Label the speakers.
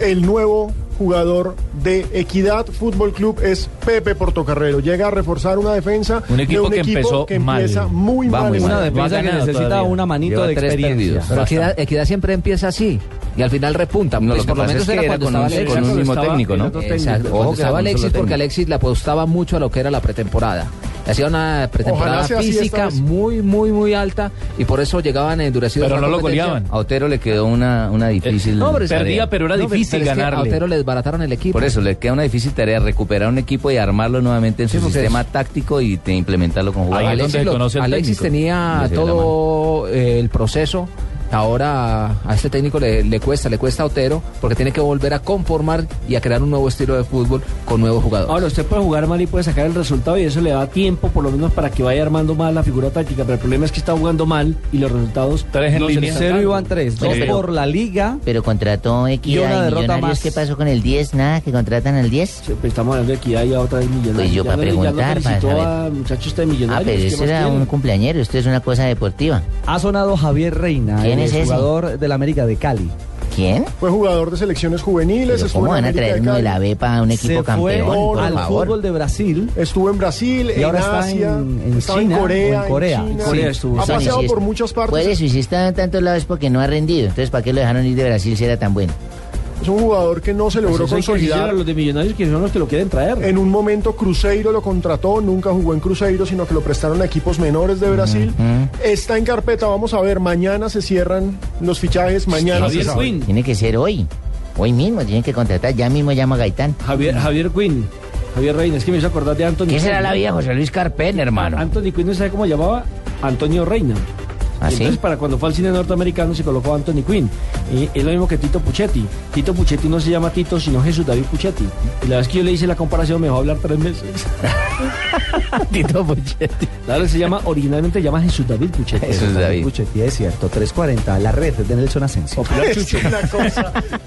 Speaker 1: El nuevo jugador de Equidad Fútbol Club es Pepe Portocarrero. Llega a reforzar una defensa
Speaker 2: Un equipo
Speaker 1: de un
Speaker 2: que
Speaker 1: equipo
Speaker 2: empezó
Speaker 1: que empieza
Speaker 2: mal.
Speaker 1: muy
Speaker 2: Va
Speaker 1: mal.
Speaker 2: muy
Speaker 3: Una
Speaker 2: mal.
Speaker 3: defensa
Speaker 2: Va
Speaker 3: que
Speaker 2: ganado
Speaker 3: necesita
Speaker 2: todavía.
Speaker 3: una manito
Speaker 2: Lleva
Speaker 3: de
Speaker 2: tres
Speaker 3: experiencia.
Speaker 2: perdidos.
Speaker 4: Pero equidad, Equidad siempre empieza así y al final repunta.
Speaker 2: No,
Speaker 4: Pues
Speaker 2: lo que
Speaker 4: por lo
Speaker 2: pasa
Speaker 4: menos
Speaker 2: es
Speaker 4: era
Speaker 2: que era
Speaker 4: cuando
Speaker 2: con
Speaker 4: estaba
Speaker 2: un-
Speaker 4: Alexis.
Speaker 2: con un mismo técnico, ¿no?
Speaker 4: Exacto,
Speaker 2: Ojo
Speaker 4: cuando
Speaker 2: que era con
Speaker 4: estaba
Speaker 2: un
Speaker 4: Alexis
Speaker 2: solo
Speaker 4: porque
Speaker 2: técnico.
Speaker 4: Alexis le apostaba mucho a lo que era la pretemporada. Le hacía una pretemporada
Speaker 1: Ojalá sea así esta
Speaker 4: física
Speaker 1: vez.
Speaker 4: muy, muy, muy alta y por eso llegaban endurecidos.
Speaker 2: Pero
Speaker 4: a la
Speaker 2: no lo
Speaker 4: competencia.
Speaker 2: goleaban.
Speaker 3: A Otero le quedó una, una difícil.
Speaker 5: Eh,
Speaker 4: No, pero es-
Speaker 2: Perdía, pero era
Speaker 4: no, pero-
Speaker 2: difícil
Speaker 4: pero es que
Speaker 2: ganarle.
Speaker 4: A Otero le desbarataron el equipo.
Speaker 3: Por eso le queda una difícil tarea recuperar un equipo y armarlo nuevamente en
Speaker 4: Sí,
Speaker 3: su
Speaker 4: porque
Speaker 3: sistema táctico y te implementarlo con
Speaker 2: Ahí
Speaker 3: jugadores.
Speaker 2: es donde
Speaker 4: lo-
Speaker 2: conoce al
Speaker 4: Alexis
Speaker 2: técnico.
Speaker 4: tenía
Speaker 3: Desde la
Speaker 4: todo eh, el proceso. Ahora a este técnico le, le cuesta, le cuesta a Otero, porque tiene que volver a conformar y a crear un nuevo estilo de fútbol con nuevos jugadores.
Speaker 6: Ahora, usted puede jugar mal y puede sacar el resultado y eso le da tiempo, por lo menos, para que vaya armando más la figura táctica. Pero el problema es que está jugando mal y los resultados.
Speaker 2: Tres en
Speaker 6: no se le
Speaker 2: línea.
Speaker 6: están
Speaker 2: Cero
Speaker 6: dando.
Speaker 2: y
Speaker 3: van tres.
Speaker 6: Dos
Speaker 2: Sí.
Speaker 6: por la liga.
Speaker 5: Pero contrató
Speaker 6: Y una
Speaker 5: Equidad y
Speaker 6: derrota
Speaker 5: Millonarios.
Speaker 6: más.
Speaker 5: ¿Qué pasó con el 10? Nada, que contratan al 10.
Speaker 6: Sí, pues Estamos hablando de equidad y a otra vez millonarios.
Speaker 5: Pues yo
Speaker 6: Ya
Speaker 5: para
Speaker 6: no- ya no
Speaker 5: preguntar, para
Speaker 6: felicitó
Speaker 5: saber.
Speaker 6: a muchachos este
Speaker 5: Ah,
Speaker 6: millonarios.
Speaker 5: pero
Speaker 6: ¿qué
Speaker 5: ese
Speaker 6: más
Speaker 5: era
Speaker 6: tiene?
Speaker 5: un cumpleañero. Esto es una cosa deportiva.
Speaker 3: Ha sonado Javier Reina,
Speaker 5: ¿Quién el es ese?
Speaker 3: jugador del América de Cali.
Speaker 5: ¿Quién?
Speaker 1: Fue jugador de selecciones juveniles.
Speaker 5: Pero
Speaker 1: estuvo
Speaker 5: ¿Cómo
Speaker 1: en
Speaker 5: van a
Speaker 1: América
Speaker 5: traer
Speaker 1: de
Speaker 5: uno de la
Speaker 1: Cali,
Speaker 5: B para un equipo campeón? Por favor.
Speaker 3: de Brasil.
Speaker 1: Estuvo en Brasil,
Speaker 3: Y ahora
Speaker 1: en
Speaker 3: está
Speaker 1: Asia,
Speaker 3: en- en
Speaker 1: estaba
Speaker 3: China
Speaker 1: en Corea,
Speaker 3: o en Corea.
Speaker 1: China.
Speaker 6: En Corea estuvo.
Speaker 1: Ha
Speaker 6: Sí,
Speaker 1: paseado
Speaker 5: sí,
Speaker 1: por
Speaker 5: es-
Speaker 1: muchas
Speaker 5: Por
Speaker 1: partes.
Speaker 5: eso, y si estaba en tantos lados es porque no ha rendido. Entonces, ¿para qué lo dejaron ir de Brasil si era tan bueno?
Speaker 1: Es un jugador que no se
Speaker 6: Pues
Speaker 1: logró
Speaker 6: eso hay que decirle
Speaker 1: consolidar.
Speaker 6: a los de millonarios que son los que lo quieren traer.
Speaker 1: En un momento Cruzeiro lo contrató, nunca jugó en Cruzeiro, sino que lo prestaron a equipos menores de Brasil. Está en carpeta, vamos a ver, mañana se cierran los fichajes, mañana se
Speaker 6: Javier
Speaker 1: sabe.
Speaker 6: Quinn.
Speaker 5: Tiene que ser hoy. Hoy mismo tienen que contratar. Ya mismo llama a Gaitán.
Speaker 6: Javier, Javier Quinn. Javier Reina. Es que me hizo acordar de Anthony.
Speaker 5: ¿Qué
Speaker 6: Quinn.
Speaker 5: será la vida de José Luis Carpén, hermano?
Speaker 6: Anthony Quinn no sabe cómo llamaba Antonio Reina.
Speaker 5: ¿Ah, sí?
Speaker 6: Entonces, para cuando fue al cine norteamericano se colocó Anthony Quinn. Y es lo mismo que Tito Puchetti. Tito Puchetti no se llama Tito, sino Jesús David Puchetti. Y la vez que yo le hice la comparación me dejó hablar tres meses.
Speaker 5: Tito Pochetti.
Speaker 6: Claro, se llama, originalmente se llama Jesús David Puchetti.
Speaker 5: Jesús David.
Speaker 3: es cierto, 340, la red de Nelson Asensio.
Speaker 6: O Pilar
Speaker 1: Es
Speaker 6: Chucho.
Speaker 1: una cosa